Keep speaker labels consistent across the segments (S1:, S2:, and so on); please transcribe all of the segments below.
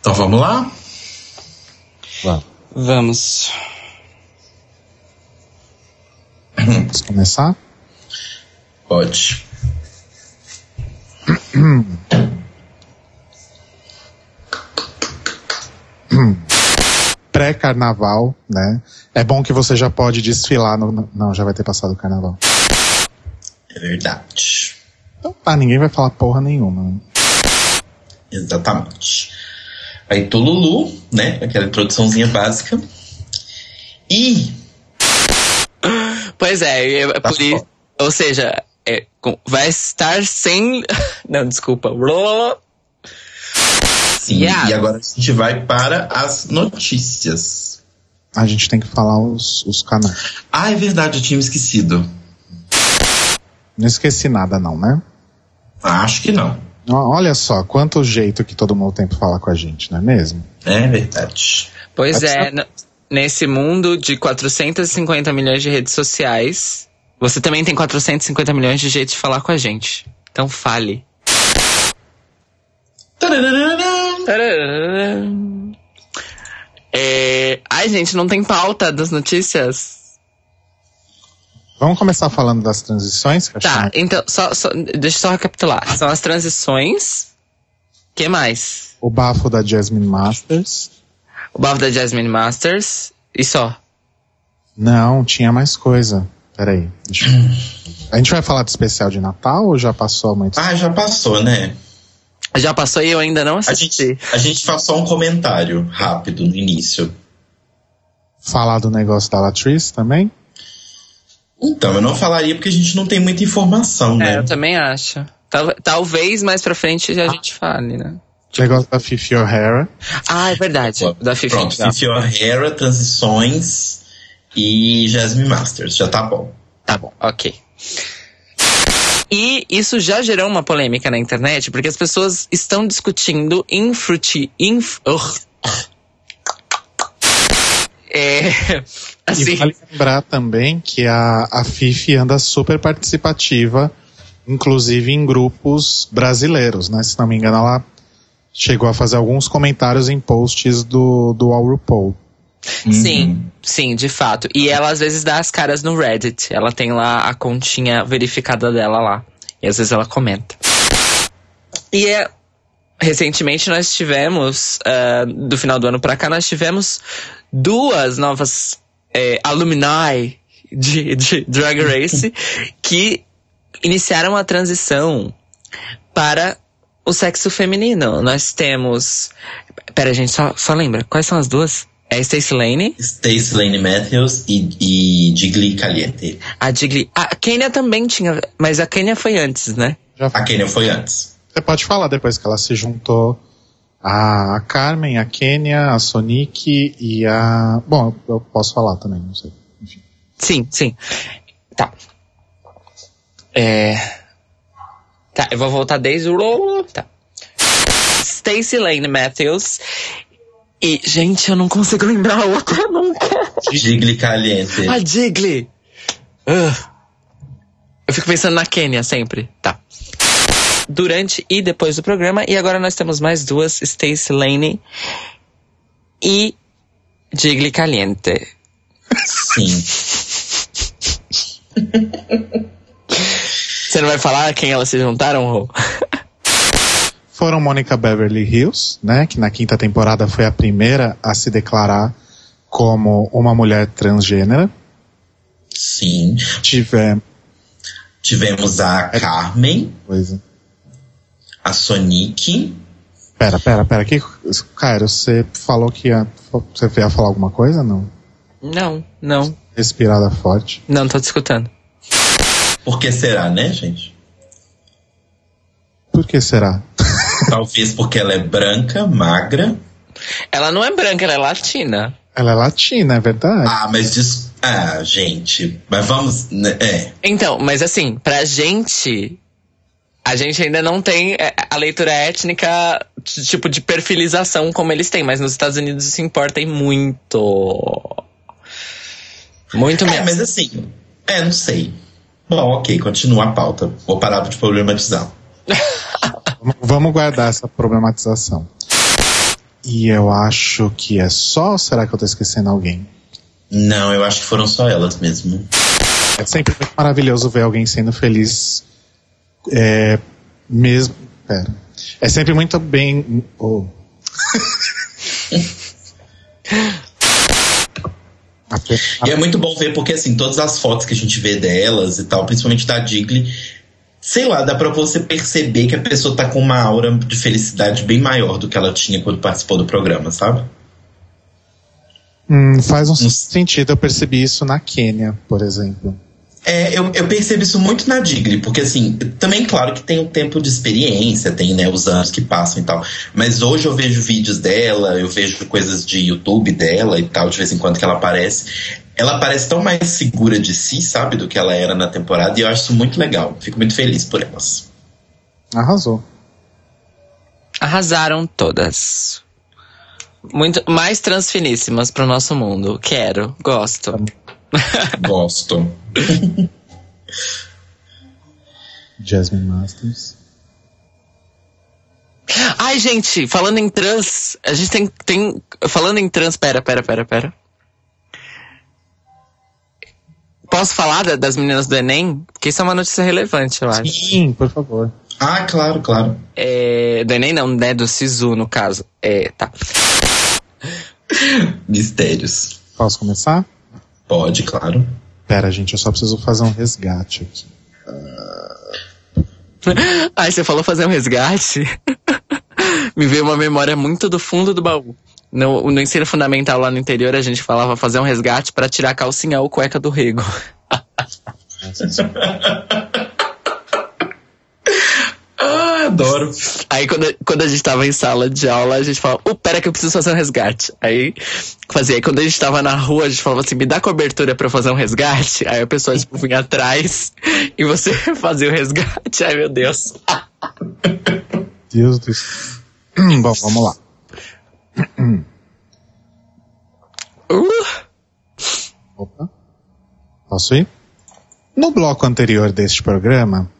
S1: Então, vamos lá?
S2: Vamos.
S3: Vamos.
S2: Vamos começar?
S1: Pode.
S2: Pré-carnaval, né? É bom que você já pode desfilar no. Não, já vai ter passado o carnaval.
S1: É verdade.
S2: Então tá, ninguém vai falar porra nenhuma. né?
S1: Exatamente. Aí tô Lulu, né? Aquela introduçãozinha básica. E
S3: Pois é, é por
S1: só.
S3: isso. Ou seja, é, com- vai estar sem. Não, desculpa.
S1: sim,
S3: Yeah.
S1: e agora a gente vai para as notícias.
S2: A gente tem que falar os, os canais.
S1: Ah, é verdade, eu tinha me esquecido.
S2: Não esqueci nada, não, né?
S1: Ah, Acho que não.
S2: Ó, Olha só, quanto jeito que todo mundo tem pra falar com a gente, não é mesmo?
S1: É verdade.
S3: Pois
S2: Vai
S3: é,
S2: precisar-
S3: n- nesse mundo de 450 milhões de redes sociais, você também tem 450 milhões de jeitos de falar com a gente. Então fale.
S1: Tarararã.
S3: Tarará. É... Ai, gente, não tem pauta das notícias?
S2: Vamos começar falando das transições? que eu
S3: Tá,
S2: achei-
S3: então, só, só- deixa eu só recapitular. São as transições. que mais?
S2: O bafo da Jasmine Masters.
S3: O bafo da Jasmine Masters. E só.
S2: Não, tinha mais coisa. Peraí, deixa eu... A gente vai falar do especial de Natal ou já passou muito?
S1: Ah, já passou, né?
S3: Já passou e eu ainda não
S1: A
S3: assisti.
S1: gente, a gente faz só um comentário rápido no início.
S2: Falar do negócio da Latriz também?
S1: Então, eu não falaria porque a gente não tem muita informação,
S3: É,
S1: né? Ah.
S3: eu também acho. Tal- talvez mais pra frente a gente fale, né?
S2: O negócio da Fifi O'Hara.
S3: Ah, é verdade. Da Fifi.
S1: Pronto, Fifi O'Hara, Transições e Jasmine Masters, já tá bom.
S3: Tá bom, ok. E isso já gerou uma polêmica na internet, porque as pessoas estão discutindo infruti. Inf, ugh. É. Assim.
S2: E vale lembrar também que a, a Fifi anda super participativa, inclusive em grupos brasileiros, né? Se não me engano, ela chegou a fazer alguns comentários em posts do, do All RuPaul.
S3: Sim, sim, de fato. E ela às vezes dá as caras no Reddit. Ela tem lá a continha verificada dela lá. E às vezes ela comenta. E é. Recentemente nós tivemos, ah, do final do ano pra cá, nós tivemos duas novas eh, alumni de, de Drag Race que iniciaram a transição para o sexo feminino. Nós temos. Pera, gente, só, só lembra, quais são as duas? É a Stacey Lane
S1: Stacey Lane Matthews e, e Digli Caliente.
S3: A Digli. A Kenya também tinha. Mas a Kenya foi antes, né?
S2: Já
S1: A Kenya foi antes.
S2: Você pode falar depois que ela se juntou a Carmen, a Kenya, a Sonic e a. Bom, eu posso falar também, não sei.
S3: Sim, sim. Tá. É. Tá, eu vou voltar desde o. Tá. Stacey Lane Matthews. E, gente, eu não consigo lembrar a outra nunca.
S1: Digli Caliente.
S3: A Digli. Ugh. Ah. Eu fico pensando na Kenya sempre. Tá. Durante e depois do programa. E agora nós temos mais duas: Stacey Lane e Digli Caliente.
S1: Sim.
S3: Você não vai falar quem elas se juntaram, Rô?
S2: Foram Mônica Beverly Hills, né, que na quinta temporada foi a primeira a se declarar como uma mulher transgênera.
S1: Sim.
S2: Tivemos.
S1: Tivemos a Carmen,
S2: Coisa.
S1: a Sonic.
S2: Pera, pera, pera. Que, Cairo, você falou que ia, você ia falar alguma coisa? Não.
S3: Não, não.
S2: Respirada forte.
S3: Não, tô te escutando.
S1: Por que será, né, gente?
S2: Por que será?
S1: Talvez porque ela é branca, magra.
S3: Ela não é branca, ela é latina.
S2: Ela é latina, é verdade.
S1: Ah, mas diz. Ah, gente. Mas vamos. né, É.
S3: Então, mas assim, pra gente. A gente ainda não tem é, a leitura étnica, t- tipo, de perfilização como eles têm, mas nos Estados Unidos isso importa e muito. Muito
S1: É,
S3: mesmo.
S1: mas assim. É, não sei. Bom, ok, continua a pauta. Vou parar de problematizar.
S2: Vamos guardar essa problematização. E eu acho que é só ou será que eu tô esquecendo alguém?
S1: Não, eu acho que foram só elas mesmo.
S2: É sempre muito maravilhoso ver alguém sendo feliz. É, mesmo. Pera. É sempre muito bem. Oh.
S1: E é muito bom ver, porque assim, todas as fotos que a gente vê delas e tal, principalmente da Digli, sei lá, dá pra você perceber que a pessoa tá com uma aura de felicidade bem maior do que ela tinha quando participou do programa, sabe?
S2: Hum, faz um sentido, eu percebi isso na Quênia, por exemplo.
S1: É, eu, eu percebo isso muito na Digli, porque assim, também claro que tem o um tempo de experiência, tem né, os anos que passam e tal. Mas hoje eu vejo vídeos dela, eu vejo coisas de YouTube dela e tal, de vez em quando que ela aparece. Ela parece tão mais segura de si, sabe, do que ela era na temporada, e eu acho isso muito legal. Fico muito feliz por elas.
S2: Arrasou.
S3: Arrasaram todas. Muito mais transfiníssimas pro nosso mundo. Quero, gosto.
S1: Gosto.
S2: Jasmine Masters.
S3: Ai, gente, falando em trans, a gente tem. tem falando em trans, pera, pera, pera, pera. Posso falar da, das meninas do Enem? Porque isso é uma notícia relevante, eu acho.
S2: Sim, por favor.
S1: Ah, claro, claro.
S3: É, do Enem não, né? Do Sisu, no caso. É, tá.
S1: Mistérios.
S2: Posso começar?
S1: Pode, claro.
S2: Pera, gente, eu só preciso fazer um resgate aqui.
S3: Uh... Ai, você falou fazer um resgate? Me veio uma memória muito do fundo do baú. No, no ensino fundamental lá no interior, a gente falava fazer um resgate para tirar a calcinha ou cueca do rego.
S1: ah, adoro.
S3: Aí quando, quando a gente tava em sala de aula, a gente falava, oh, pera que eu preciso fazer um resgate. Aí fazia. Aí quando a gente tava na rua, a gente falava assim, me dá cobertura pra eu fazer um resgate. Aí a pessoa tipo, vinha atrás e você fazia o resgate. Ai, meu Deus.
S2: Deus do céu. Hum, Bom, vamos lá.
S3: Uh.
S2: Opa. Posso ir? No bloco anterior deste programa,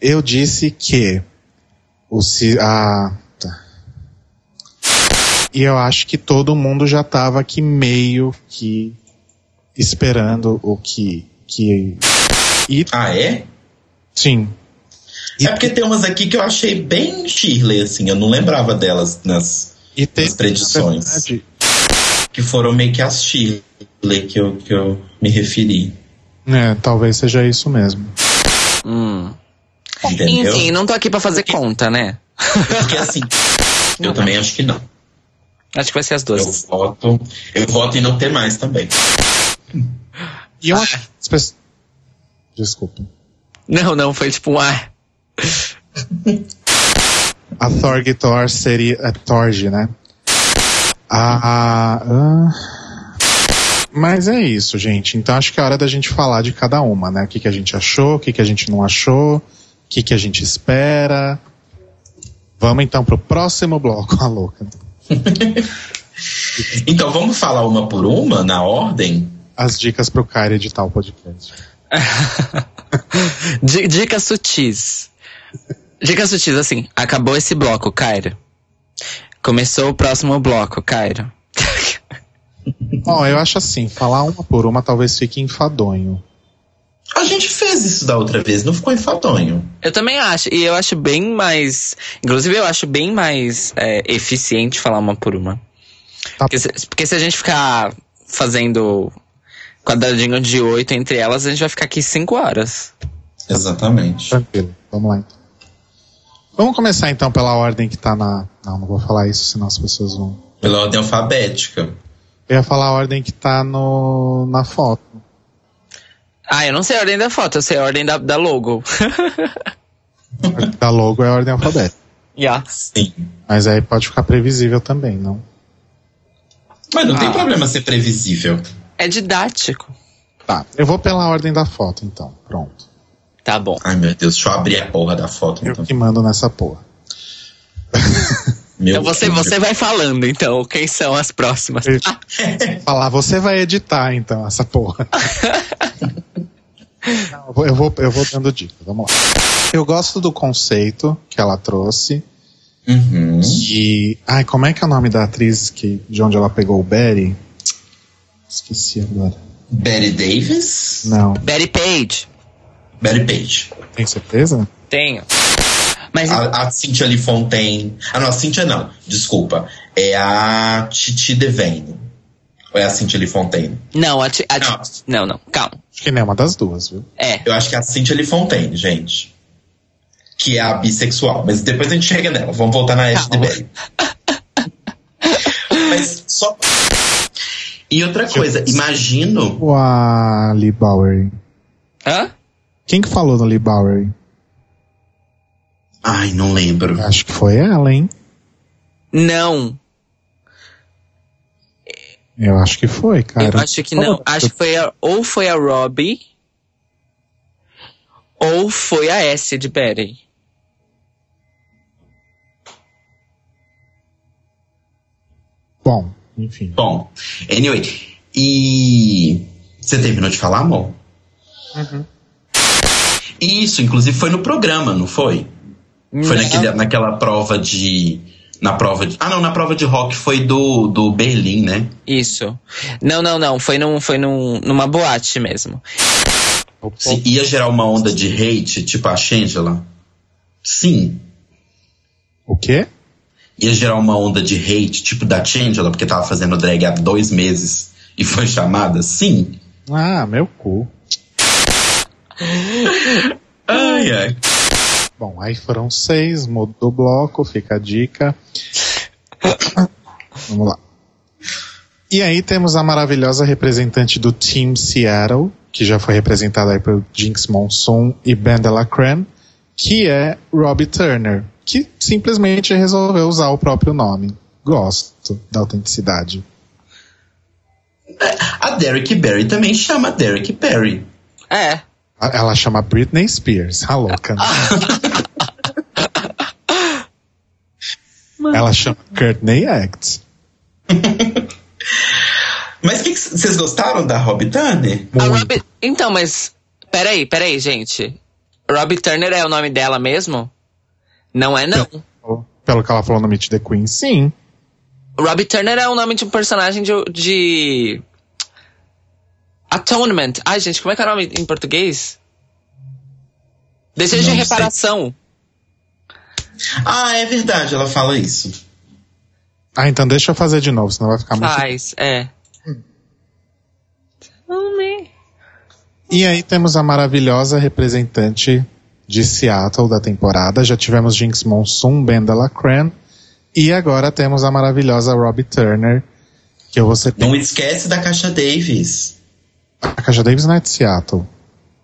S2: eu disse que o ci... ah, tá. E eu acho que todo mundo já estava aqui meio que esperando o que. que...
S1: E... Ah, é?
S2: Sim.
S1: E é porque tem umas aqui que eu achei bem Shirley, assim, eu não lembrava delas nas,
S2: e tem,
S1: nas predições.
S2: Verdade,
S1: que foram meio que as Shirley que eu, que eu me referi.
S2: É, talvez seja isso mesmo.
S3: Hum.
S1: Entendeu?
S3: Enfim, não tô aqui pra fazer conta, né?
S1: Porque assim, eu também acho que não.
S3: Acho que vai ser as
S1: Eu
S3: duas.
S1: voto, eu voto em não ter mais também.
S2: E eu acho. as pessoas- Desculpa.
S3: Não, não, foi tipo um ar.
S2: A Thorg Thor seria. É Thorg, né? A, a- ah. Mas é isso, gente. Então acho que é hora da gente falar de cada uma, né? O que, que a gente achou, o que, que a gente não achou, o que, que a gente espera. Vamos então pro próximo bloco, a louca.
S1: Então vamos falar uma por uma, na ordem?
S2: As dicas pro cara editar o podcast.
S3: Di- Dicas sutis. Dicas sutis, assim. Acabou esse bloco, Cairo. Começou o próximo bloco, Cairo.
S2: Ó, eu acho assim, falar uma por uma talvez fique enfadonho.
S1: A gente fez isso da outra vez, não ficou enfadonho.
S3: Eu também acho, e eu acho bem mais. Inclusive, eu acho bem mais é, eficiente falar uma por uma.
S2: Tá.
S3: Porque, se, porque se a gente ficar fazendo quadradinho de oito entre elas, a gente vai ficar aqui cinco horas.
S1: Exatamente.
S2: Tranquilo, vamos lá então. Vamos começar então pela ordem que tá na. Não, não vou falar isso, senão as pessoas vão.
S1: Pela ordem alfabética.
S2: Eu ia falar a ordem que tá no, na foto.
S3: Ah, eu não sei a ordem da foto, eu sei a ordem da, da logo.
S2: A ordem da logo é a ordem alfabética.
S3: yeah.
S1: Sim.
S2: Mas aí pode ficar previsível também, não?
S1: Mas não tem
S3: Ah.
S1: problema ser previsível.
S3: É didático.
S2: Tá, eu vou pela ordem da foto então, pronto.
S3: Tá bom.
S1: Ai meu Deus, deixa eu abrir a porra da foto
S2: Eu
S1: então.
S2: que mando nessa porra.
S1: Meu
S3: Então você,
S1: Deus.
S3: você vai falando, então, quem são as próximas.
S2: Eu- Falar, você vai editar então essa porra. Não, eu, vou, eu, vou, eu vou dando dica, vamos lá. Eu gosto do conceito que ela trouxe
S1: Uhum.
S2: Que. Ai, como é que é o nome da atriz que, de onde ela pegou o Barry? Esqueci agora.
S1: Betty Davis?
S2: Não.
S3: Betty Page.
S1: Betty Page.
S2: Tem certeza?
S3: Tenho. Mas
S1: A, a Cynthia Lee Fontaine. Ah, não, a Cynthia não. Desculpa. É a Titi Devane. Ou é a Cynthia Lee Fontaine?
S3: não, a, ti- a ti- não, não, calma.
S2: Acho que nenhuma das duas, viu?
S3: É,
S1: Eu acho que é a Cynthia Lee Fontaine, gente. Que é a bissexual. Mas depois a gente chega nela. Vamos voltar na Ashley
S3: Calma.
S1: Berry. Mas só... E outra coisa, imagino...
S2: Ou a Lee Bowery?
S3: hã?
S2: Quem que falou no Lee Bowery?
S1: Ai, não lembro.
S2: Acho que foi ela, hein?
S3: Não,
S2: Eu acho que foi, cara.
S3: eu acho que não. Acho que foi a, ou foi a Robbie ou foi a S de Betty.
S2: Bom, enfim.
S1: Bom, anyway. E. Você terminou de falar, amor? Isso, inclusive foi no programa, não foi? Foi
S3: Não.
S1: naquele, naquela prova de. Na prova de. Ah, não, na prova de rock foi do, do Berlim, né?
S3: Isso. Não, não, não. Foi, num, foi num, numa boate mesmo.
S1: Se ia gerar uma onda de hate, tipo a Shangela? Sim.
S2: O quê?
S1: Ia gerar uma onda de hate, tipo da Shangela, porque tava fazendo drag há dois meses e foi chamada? Sim.
S2: Ah, meu cu.
S1: Ai, ai.
S2: Bom, aí foram seis, mudou o bloco, fica a dica. Vamos lá. E aí temos a maravilhosa representante do Team Seattle, que já foi representada aí por Jinx Monsoon e Ben Delacran, que é Robbie Turner, que simplesmente resolveu usar o próprio nome. Gosto da autenticidade.
S1: A Derek Barry também chama Derek Barry.
S3: É.
S2: A- Ela chama Britney Spears, a louca. né? Ela chama Courtney Act.
S1: Mas que que c- vocês gostaram da Rob Turner?
S3: A
S2: Muito.
S3: Robbie- Então, mas. Peraí, peraí, gente. Robbie Turner é o nome dela mesmo? Não é, não.
S2: Pelo que ela falou no Meet the Queen, sim.
S3: Robbie Turner é o nome de um personagem de. de... Atonement. Ai, gente, como é que é o nome em português? Desejo
S1: Não
S3: de
S1: sei.
S3: reparação.
S1: Ah, é verdade, ela fala isso.
S2: Ah, então deixa eu fazer de novo, senão vai ficar muito.
S3: Faz, é. Tell me.
S2: E aí temos a maravilhosa representante de Seattle da temporada. Já tivemos Jinx Monsoon, Ben Delacran. E agora temos a maravilhosa Robbie Turner, que eu vou ser.
S1: Não esquece da Caixa Davis.
S2: A Caixa Davis não é de Seattle.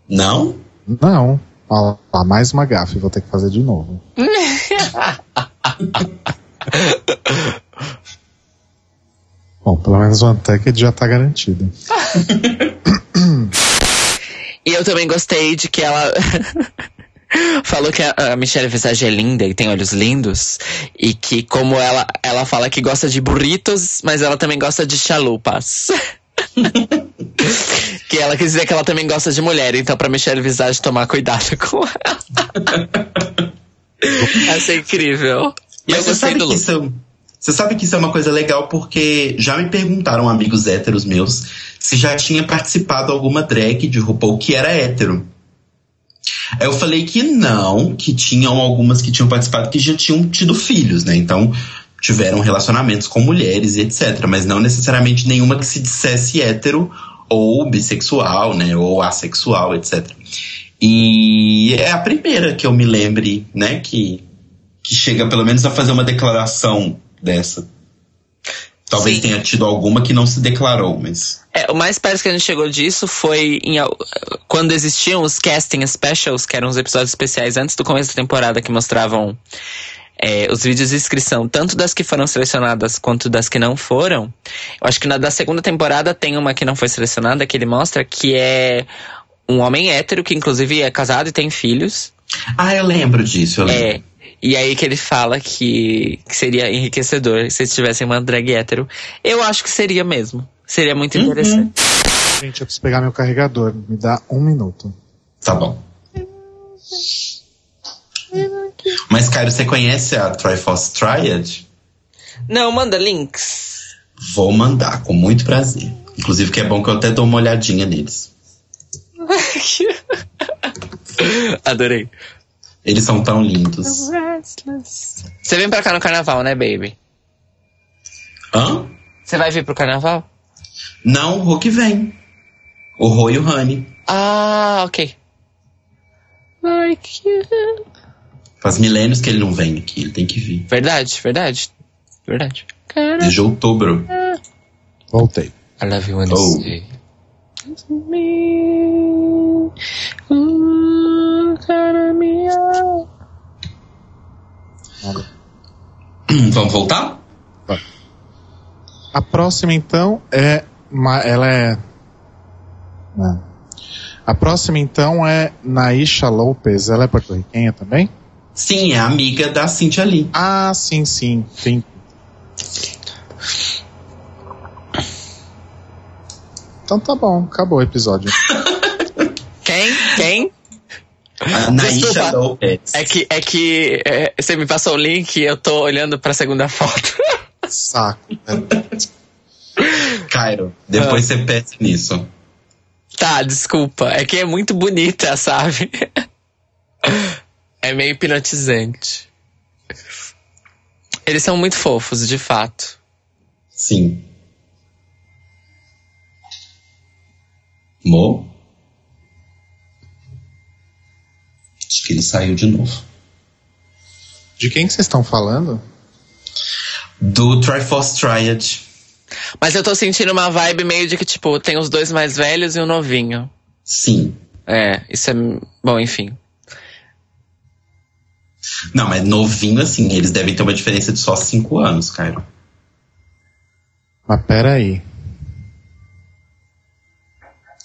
S1: Não?
S2: Não. Olha lá, mais uma gafe, vou ter que fazer de novo. Bom, pelo menos o Untucked já tá garantido.
S3: E eu também gostei de que ela falou que a, a Michelle Visage é linda e tem olhos lindos. E que como ela, ela fala que gosta de burritos, mas ela também gosta de chalupas. que ela quis dizer que ela também gosta de mulher, então pra Michelle Visage tomar cuidado com ela. Essa é incrível. E eu
S1: Mas você
S3: gostei
S1: sabe,
S3: do
S1: que
S3: look.
S1: isso, é um- você sabe que isso é uma coisa legal porque já me perguntaram amigos héteros meus se já tinha participado alguma drag de RuPaul que era hétero. Aí eu falei que não, que tinham algumas que tinham participado que já tinham tido filhos, né? Então tiveram relacionamentos com mulheres e etc. Mas não necessariamente nenhuma que se dissesse hétero ou bissexual, né? Ou assexual, etc. E é a primeira que eu me lembre, né? Que que chega pelo menos a fazer uma declaração dessa. Talvez
S3: Sim.
S1: tenha tido alguma que não se declarou, mas.
S3: É, o mais perto que a gente chegou disso foi em al- quando existiam os casting specials, que eram os episódios especiais antes do começo da temporada que mostravam é, os vídeos de inscrição, tanto das que foram selecionadas quanto das que não foram. Eu acho que na da segunda temporada tem uma que não foi selecionada, que ele mostra, que é um homem hétero, que inclusive é casado e tem filhos.
S1: Ah, eu lembro disso. Eu lembro.
S3: É. E aí que ele fala que, que seria enriquecedor se eles tivessem uma drag hétero. Eu acho que seria mesmo. Seria muito
S1: Uhum.
S3: interessante.
S2: Gente, eu preciso pegar meu carregador. Me dá um minuto.
S1: Tá bom. Mas, Caio, você conhece a Triforce Triad?
S3: Não, manda links.
S1: Vou mandar, com muito prazer. Inclusive, que é bom que eu até dou uma olhadinha neles.
S3: Adorei.
S1: Eles são tão lindos.
S3: Você vem pra cá no carnaval, né, baby?
S1: Hã?
S3: Você vai vir pro carnaval?
S1: Não, o Hulk vem. O Roy e o Honey.
S3: Ah, ok. Like you.
S1: Faz milênios que ele não vem aqui, ele tem que vir.
S3: Verdade, verdade. Verdade. Cara,
S1: Desde outubro.
S2: Voltei.
S3: I love you when
S1: Oh.
S3: you say it's me. Ooh, cara, minha.
S1: Hum, Vamos voltar?
S2: A próxima, então, é. ma- Ela é. Não. A próxima, então, é Naisha Lopes. Ela é porto-riquenha também?
S1: Sim, é amiga da Cintia Lee.
S2: Ah, sim, sim. sim. Então tá bom, acabou o episódio.
S3: Quem? Quem?
S1: A Naisha
S3: Desculpa.
S1: Lopez.
S3: É que, é que é, você me passou o link e eu tô olhando pra segunda foto.
S2: Saco. né?
S1: Cairo, depois você pensa nisso.
S3: Tá, desculpa. É que é muito bonita, sabe? É meio hipnotizante. Eles são muito fofos, de fato.
S1: Sim. Mo? Acho que ele saiu de novo.
S2: De quem que vocês estão falando?
S1: Do Triforce Triad.
S3: Mas eu tô sentindo uma vibe meio de que, tipo, tem os dois mais velhos e um novinho.
S1: Sim.
S3: É, isso é. Bom, enfim.
S1: Não, mas novinho assim, eles devem ter uma diferença de só 5 anos, Cairo.
S2: Mas peraí.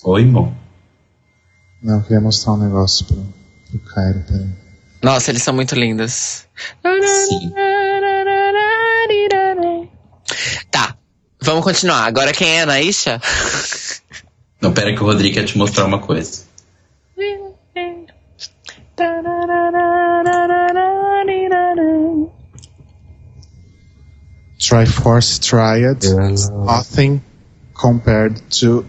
S1: Oi, Mo.
S2: Não, eu queria mostrar um negócio pro, pro Cairo, peraí.
S3: Nossa, eles são muito lindos.
S1: Sim.
S3: Tá, vamos continuar. Agora quem é a Naisha?
S1: Não, pera que o Rodrigo quer te mostrar uma coisa.
S2: Triforce Triad. is Nothing compared to.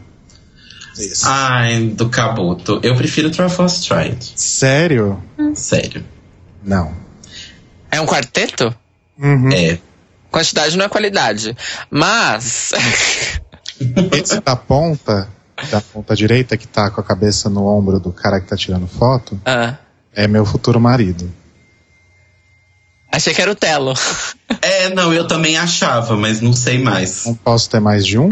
S2: this.
S1: Ai, do Cabuto. Eu prefiro Triforce Triad.
S2: Sério?
S1: Sério.
S2: Não.
S3: É um quarteto?
S2: Uhum.
S1: É.
S3: Quantidade não é qualidade. Mas.
S2: É Esse da ponta, da ponta direita, que tá com a cabeça no ombro do cara que tá tirando foto,
S3: Ah,
S2: é meu futuro marido.
S3: achei que era o Telo.
S1: É, não, eu também achava, mas não sei mais.
S2: Não posso ter mais de um?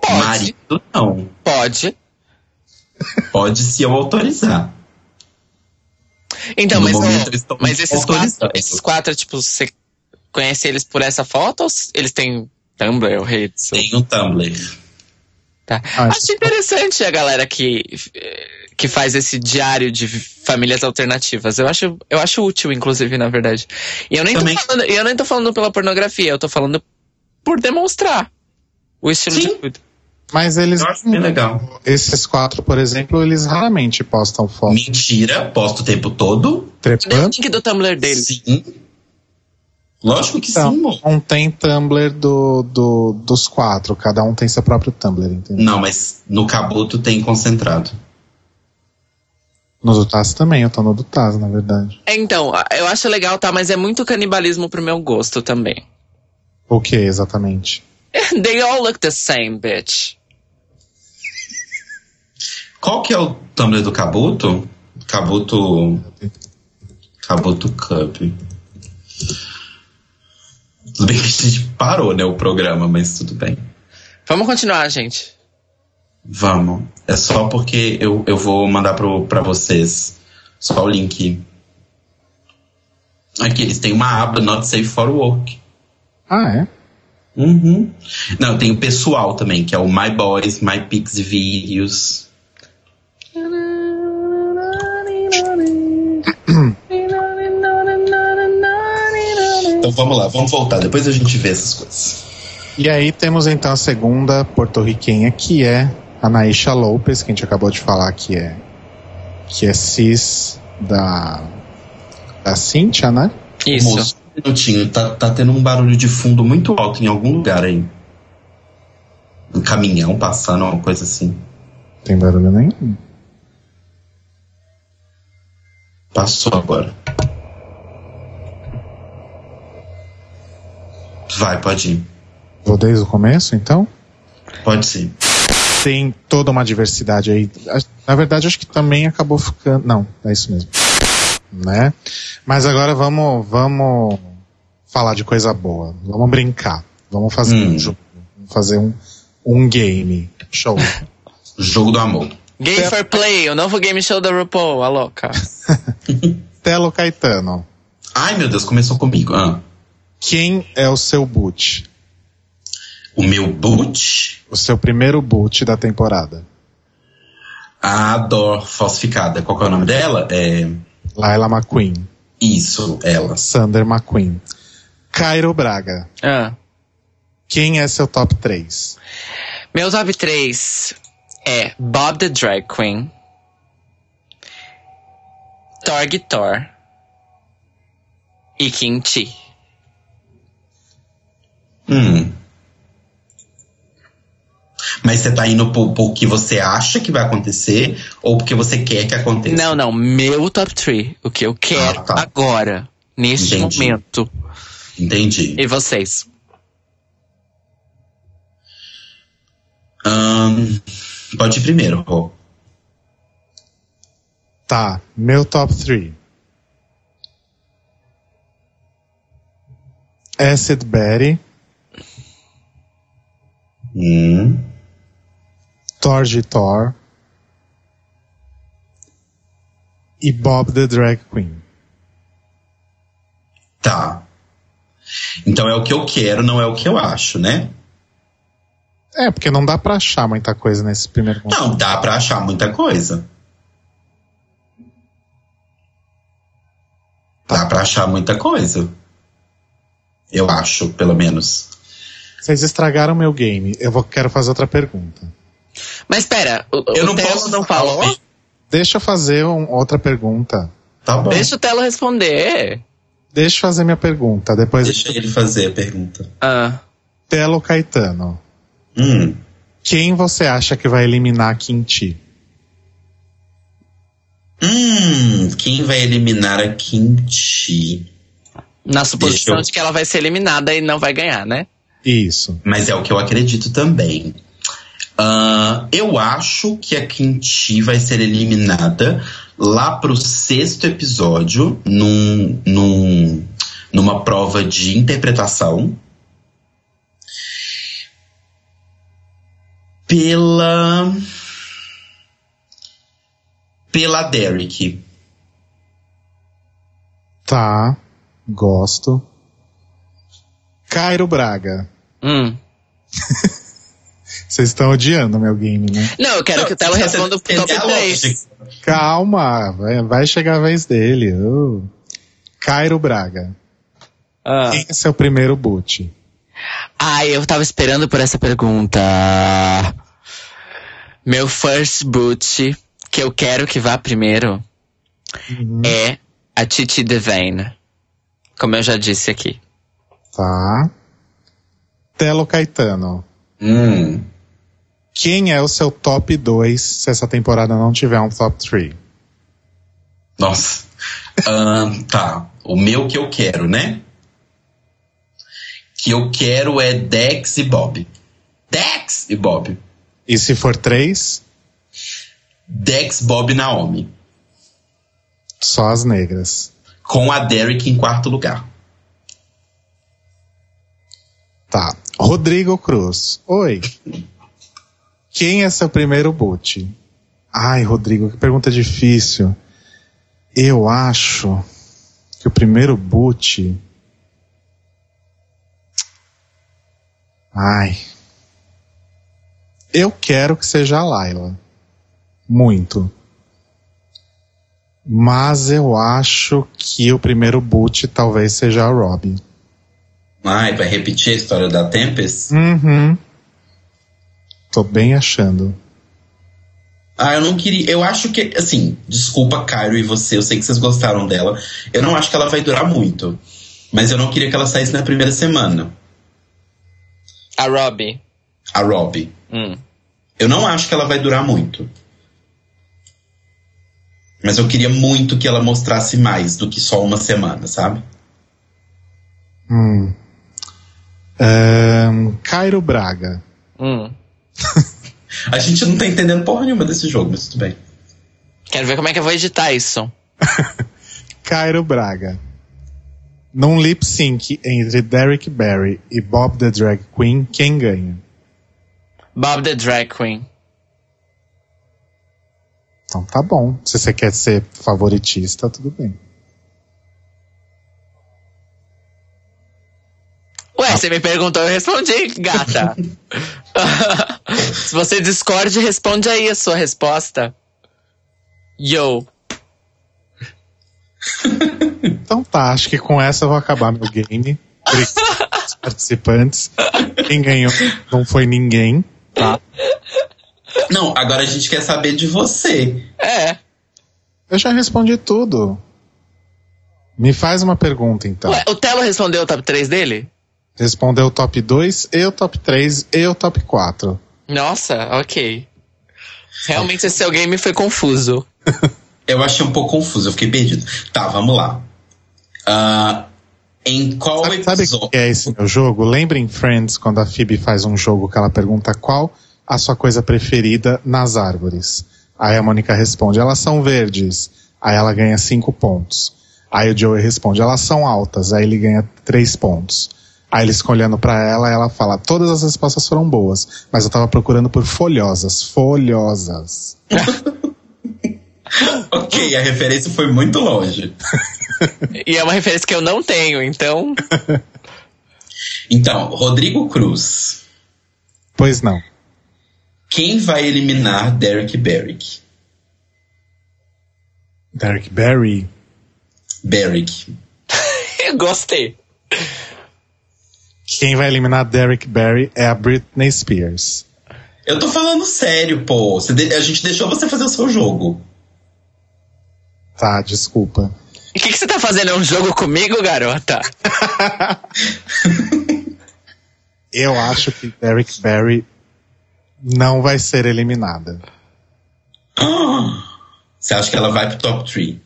S3: Pode.
S1: Marido não.
S3: Pode.
S1: Pode se eu autorizar.
S3: Então,
S1: No
S3: mas,
S1: momento
S3: ó,
S1: eles estão
S3: mas esses, quatro,
S1: autorizando.
S3: esses quatro, tipo, você conhece eles por essa foto ou s- eles têm Tumblr ou redes?
S1: Tem um Tumblr.
S3: Tá.
S2: Ah,
S3: Acho interessante a galera que, eh, que faz esse diário de vi- famílias alternativas. Eu acho, eu acho útil, inclusive, na verdade. E eu nem, tô
S1: Também.
S3: falando, eu nem tô falando pela pornografia, eu tô falando por demonstrar o estilo
S1: Sim.
S3: de vida.
S2: Mas eles.
S1: Eu acho é- bem legal.
S2: Esses quatro, por exemplo, eles raramente postam foto
S1: Mentira, posto o tempo todo?
S3: Cadê o
S2: trepando.
S3: link do Tumblr deles?
S1: Sim. Lógico que
S2: Não,
S1: sim, amor.
S2: não tem Tumblr do, do- dos quatro, cada um tem seu próprio Tumblr, entendeu?
S1: Não, mas no Cabuto tem concentrado.
S2: No do Taz também, eu tô no do Taz, na verdade.
S3: É, Então, a- eu acho legal, tá? Mas é muito canibalismo pro meu gosto também.
S2: O que exatamente?
S3: They all look the same, bitch.
S1: Qual que é o Tumblr do Cabuto? Cabuto. Cabuto Cup. Tudo bem que a gente parou, né, o programa, mas tudo bem.
S3: Vamos continuar, gente.
S1: Vamos. É só porque eu, eu vou mandar pro, pra vocês só o link. Aqui, eles têm uma aba Not Safe for Work.
S2: Ah, é?
S1: Uhum. Não, tem o pessoal também, que é o My Boys, My Pics e Videos. Então vamos lá, vamos voltar. Depois a gente vê essas coisas.
S2: E aí temos então a segunda porto-riquenha, que é a Naisha Lopes, que a gente acabou de falar que é, que é cis da da Cíntia, né?
S3: Isso.
S1: Moço, um minutinho, tá, tá tendo um barulho de fundo muito alto em algum lugar aí. Um caminhão passando, uma coisa assim.
S2: Tem barulho nenhum.
S1: Passou agora. Vai, pode ir.
S2: Vou desde o começo, então?
S1: Pode ser.
S2: Tem toda uma diversidade aí. Na verdade, acho que também acabou ficando. Não, é isso mesmo. Né? Mas agora vamos, vamos falar de coisa boa. Vamos brincar. Vamos fazer
S1: Hum.
S2: um jogo. Vamos fazer um, um game. Show.
S1: Jogo do amor.
S3: Game for Play, o novo game show da RuPaul, a louca.
S2: Telo Caetano.
S1: Ai, meu Deus, começou comigo. Ah,
S2: Quem é o seu boot?
S1: o meu boot?
S2: O seu primeiro boot da temporada?
S1: A Dor falsificada. Qual que é o nome dela? É.
S2: Laila McQueen.
S1: Isso, ela.
S2: Sander McQueen. Cairo Braga.
S3: Ah.
S2: Quem é seu top 3?
S3: Meu top 3 é Bob the Drag Queen, Torg Thor e Kim Chi.
S1: Hum. Mas você tá indo por, por que você acha que vai acontecer ou porque você quer que aconteça?
S3: Não, não, meu top 3. O que eu quero
S1: Ah, tá.
S3: agora, neste
S1: Entendi.
S3: momento.
S1: Entendi.
S3: E vocês?
S1: Ahn, pode ir primeiro, Rô.
S2: Tá, meu top 3. Acid Betty,
S1: Hum.
S2: Thor de Thor e Bob the Drag Queen.
S1: Tá. Então é o que eu quero, não é o que eu acho, né?
S2: É, porque não dá pra achar muita coisa nesse primeiro momento.
S1: Não, dá pra achar muita coisa. Dá pra achar muita coisa. Eu acho, pelo menos.
S2: Vocês estragaram meu game. Eu vou, quero fazer outra pergunta.
S3: Mas pera, o,
S1: Eu
S3: o
S1: não
S3: Telo
S1: posso
S3: não
S1: falar?
S3: falou?
S2: Deixa eu fazer um- outra pergunta.
S1: Tá bom. Deixa,
S3: Deixa o Telo responder.
S2: Deixa eu fazer minha pergunta. Depois
S1: ele fazer a pergunta.
S3: Ah,
S2: Telo Caetano.
S1: Hum.
S2: Quem você acha que vai eliminar a Quinti?
S1: Hum, quem vai eliminar a Kimchi?
S3: na suposição
S1: Deixa eu-
S3: de que ela vai ser eliminada e não vai ganhar, né?
S2: Isso.
S1: Mas é o que eu acredito também. Ahn, eu acho que a Quinti vai ser eliminada lá pro sexto episódio, num, num, numa prova de interpretação. Pela. Pela Derek.
S2: Tá. Gosto. Cairo Braga.
S3: Hum.
S2: Vocês estão odiando meu game, né?
S3: Não, eu quero É que o Telo responda o
S1: Tem
S3: top
S1: a
S3: 3.
S1: lógica.
S2: Calma, vai, vai chegar a vez dele. ô. Cairo Braga.
S3: Ah.
S2: Quem é seu primeiro boot?
S3: Ai, eu tava esperando por essa pergunta. Meu first boot, que eu quero que vá primeiro, é a Titi Devane. Como eu já disse aqui.
S2: Tá. Telo Caetano.
S1: Hum.
S2: Quem é o seu top 2 se essa temporada não tiver um top 3?
S1: Nossa. Ahn, tá. O meu que eu quero, né? Que eu quero é Dex e Bob. Dex e Bob.
S2: E se for 3,
S1: Dex, Bob e Naomi.
S2: só as negras.
S1: Com a Derek em quarto lugar.
S2: Tá. Rodrigo Cruz. Oi. Quem é seu primeiro boot? Ai, Rodrigo, que pergunta difícil. Eu acho que o primeiro boot. Ai. Eu quero que seja a Laila. Muito. Mas eu acho que o primeiro boot talvez seja a Robin.
S1: Ai, vai repetir a história da Tempest?
S2: Uhum. Tô bem achando.
S1: Ah, eu não queria. Eu acho que, assim, desculpa, Cairo e você, eu sei que vocês gostaram dela. Eu não acho que ela vai durar muito. Mas eu não queria que ela saísse na primeira semana.
S3: A Robbie.
S1: A Robbie.
S3: Hum.
S1: Eu não acho que ela vai durar muito. Mas eu queria muito que ela mostrasse mais do que só uma semana, sabe?
S2: Hum. Ahn, Hum, Cairo Braga.
S3: Hum.
S1: A gente não tá entendendo porra nenhuma desse jogo, mas tudo bem.
S3: Quero ver como é que eu vou editar isso.
S2: Cairo Braga. Num lip sync entre Derek Barry e Bob the Drag Queen, quem ganha?
S3: Bob the Drag Queen.
S2: Então tá bom. Se você quer ser favoritista, tudo bem.
S3: Ué, você me perguntou, eu respondi, gata. Se você discorde, responde aí a sua resposta. Yo.
S2: Então tá, acho que com essa eu vou acabar meu game. Obrigado aos participantes. Quem ganhou não foi ninguém.
S1: Não, agora a gente quer saber de você.
S3: É.
S2: Eu já respondi tudo. Me faz uma pergunta então.
S3: Ué, o Telo respondeu o top 3 dele?
S2: Respondeu o top 2, e o top 3 e o top 4.
S3: Nossa, ok. Realmente esse seu game foi confuso.
S1: Eu achei um pouco confuso, eu fiquei perdido. Tá, vamos lá. Ah, em qual
S2: Sabe, sabe
S1: episódio.
S2: o que é esse meu jogo? Lembra em Friends quando a Phoebe faz um jogo que ela pergunta qual a sua coisa preferida nas árvores? Aí a Mônica responde, elas são verdes. Aí ela ganha 5 pontos. Aí o Joey responde, elas são altas. Aí ele ganha 3 pontos. Aí eles ficam olhando pra ela e ela fala, todas as respostas foram boas, mas eu tava procurando por folhosas, folhosas. é?
S1: Ok, a referência foi muito longe.
S3: E é uma referência que eu não tenho, então.
S1: Então, Rodrigo Cruz.
S2: Pois não.
S1: Quem vai eliminar Derek Barrick?
S2: Derek Barry.
S1: Barrick.
S3: eu gostei.
S2: Quem vai eliminar Derek Barry é a Britney Spears.
S1: Eu tô falando sério, pô. Você de- A gente deixou você fazer o seu jogo.
S2: Tá, desculpa.
S3: E O que, que você tá fazendo? É um jogo comigo, garota?
S2: Eu acho que Derek Barry não vai ser eliminada.
S1: Ah, Você acha que ela vai pro top 3?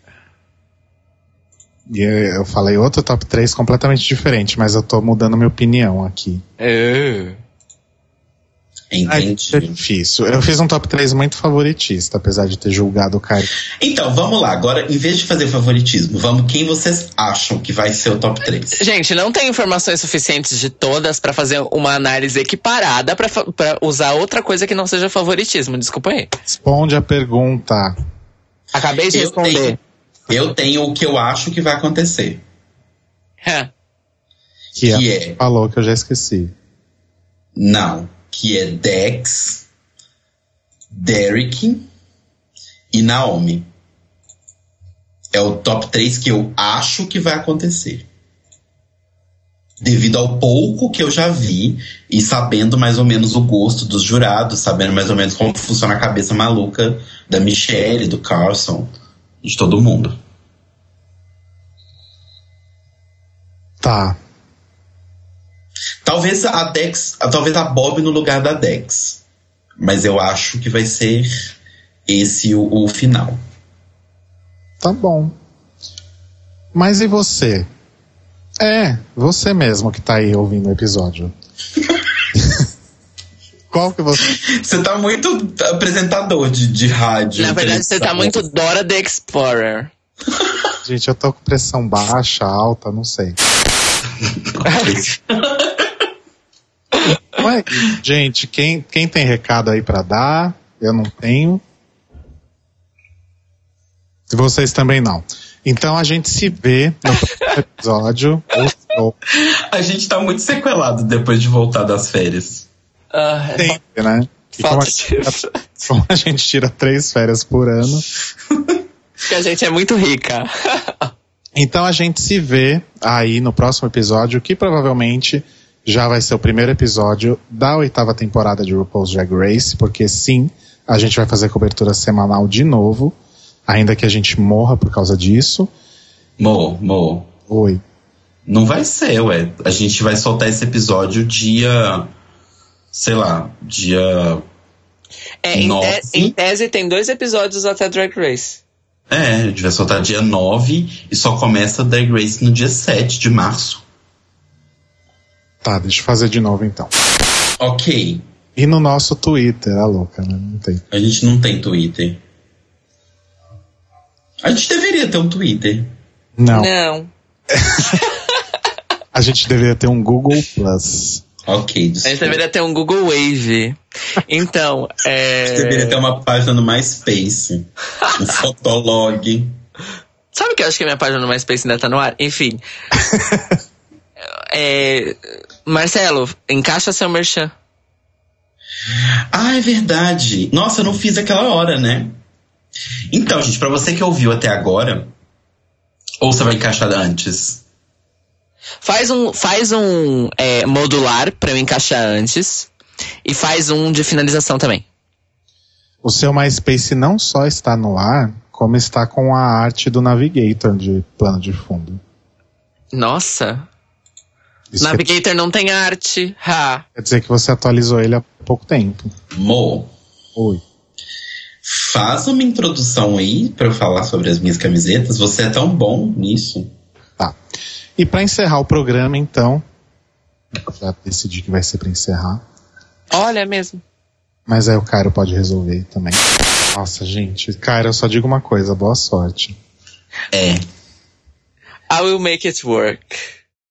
S2: E eu, eu falei outro top 3 completamente diferente, mas eu tô mudando minha opinião aqui.
S3: Uh.
S2: Ai,
S1: Entendi.
S2: é difícil. Eu fiz um top 3 muito favoritista, apesar de ter julgado o cara.
S1: Então, vamos lá. Agora, em vez de fazer favoritismo, vamos quem vocês acham que vai ser o top 3.
S3: Gente, não tem informações suficientes de todas pra fazer uma análise equiparada pra fa- pra usar outra coisa que não seja favoritismo. Desculpa aí.
S2: Responde a pergunta.
S3: Acabei de
S1: Eu
S3: responder.
S1: tenho, eu tenho o que eu acho que vai acontecer.
S3: Hã.
S2: Que,
S1: Que
S2: ela
S1: é?
S2: falou que eu já esqueci.
S1: Não. Que é Dex, Derek e Naomi. É o top 3 que eu acho que vai acontecer. Devido ao pouco que eu já vi e sabendo mais ou menos o gosto dos jurados, sabendo mais ou menos como funciona a cabeça maluca da Michelle, do Carson, de todo mundo.
S2: Tá.
S1: Talvez a Dex, a- talvez a Bob no lugar da Dex. Mas eu acho que vai ser esse o, o final.
S2: Tá bom. Mas e você? É, você mesmo que tá aí ouvindo o episódio. Qual que você
S1: Você tá muito apresentador de, de rádio.
S3: Na verdade, você tá muito Dora the Explorer.
S2: Gente, eu tô com pressão baixa, alta, não sei.
S3: assim?
S2: Ué, gente, quem, quem tem recado aí pra dar? Eu não tenho. E Vocês também não. Então a gente se vê no próximo episódio. Ou- ou-
S1: A gente tá muito sequelado depois de voltar das férias.
S3: Ah,
S2: Sempre, né? E como, a,
S3: falta
S2: gente
S3: de...
S2: tira- como a gente tira três férias por ano.
S3: Porque a gente é muito rica.
S2: Então a gente se vê aí no próximo episódio, que provavelmente já vai ser o primeiro episódio da oitava temporada de RuPaul's Drag Race, porque sim, A gente vai fazer cobertura semanal de novo, ainda que a gente morra por causa disso.
S1: Mo, Mo.
S2: Oi.
S1: Não vai ser, ué. A gente vai soltar esse episódio dia. Sei lá, dia.
S3: É, em, te- em tese tem dois episódios até Drag Race.
S1: É, a gente vai soltar dia 9 e só começa Drag Race no dia 7 de março.
S2: Tá, deixa eu fazer de novo então.
S1: Ok.
S2: E no nosso Twitter, a louca, né? Não tem.
S1: A gente não tem Twitter. A gente deveria ter um Twitter.
S2: Não.
S3: Não.
S2: A gente deveria ter um Google Plus.
S1: Ok,
S3: A gente
S1: desculpa.
S3: deveria ter um Google Wave. Então,
S1: A
S3: é...
S1: gente deveria ter uma página no MySpace. um fotolog.
S3: Sabe que eu acho que a minha página no MySpace ainda tá no ar? Enfim. É, Marcelo, encaixa seu merchan.
S1: Ah, é verdade. Nossa, eu não fiz aquela hora, né? Então, gente, pra você que ouviu até agora, ou você vai encaixar antes?
S3: Faz um, faz um é, modular pra eu encaixar antes. E faz um de finalização também.
S2: O seu MySpace não só está no ar, como está com a arte do Navigator de plano de fundo.
S3: Nossa.
S2: Isso é quer-
S3: Navigator não tem arte. Ha.
S2: quer dizer que você atualizou ele há pouco tempo.
S1: Mo,
S2: Oi.
S1: faz uma introdução aí pra eu falar sobre as minhas camisetas. Você é tão bom nisso.
S2: E para encerrar o programa, então, já decidi que vai ser para encerrar,
S3: Olha mesmo.
S2: mas aí o Cairo pode resolver também. Nossa, gente, Cairo, eu só digo uma coisa, boa sorte.
S1: É.
S3: I will make it work.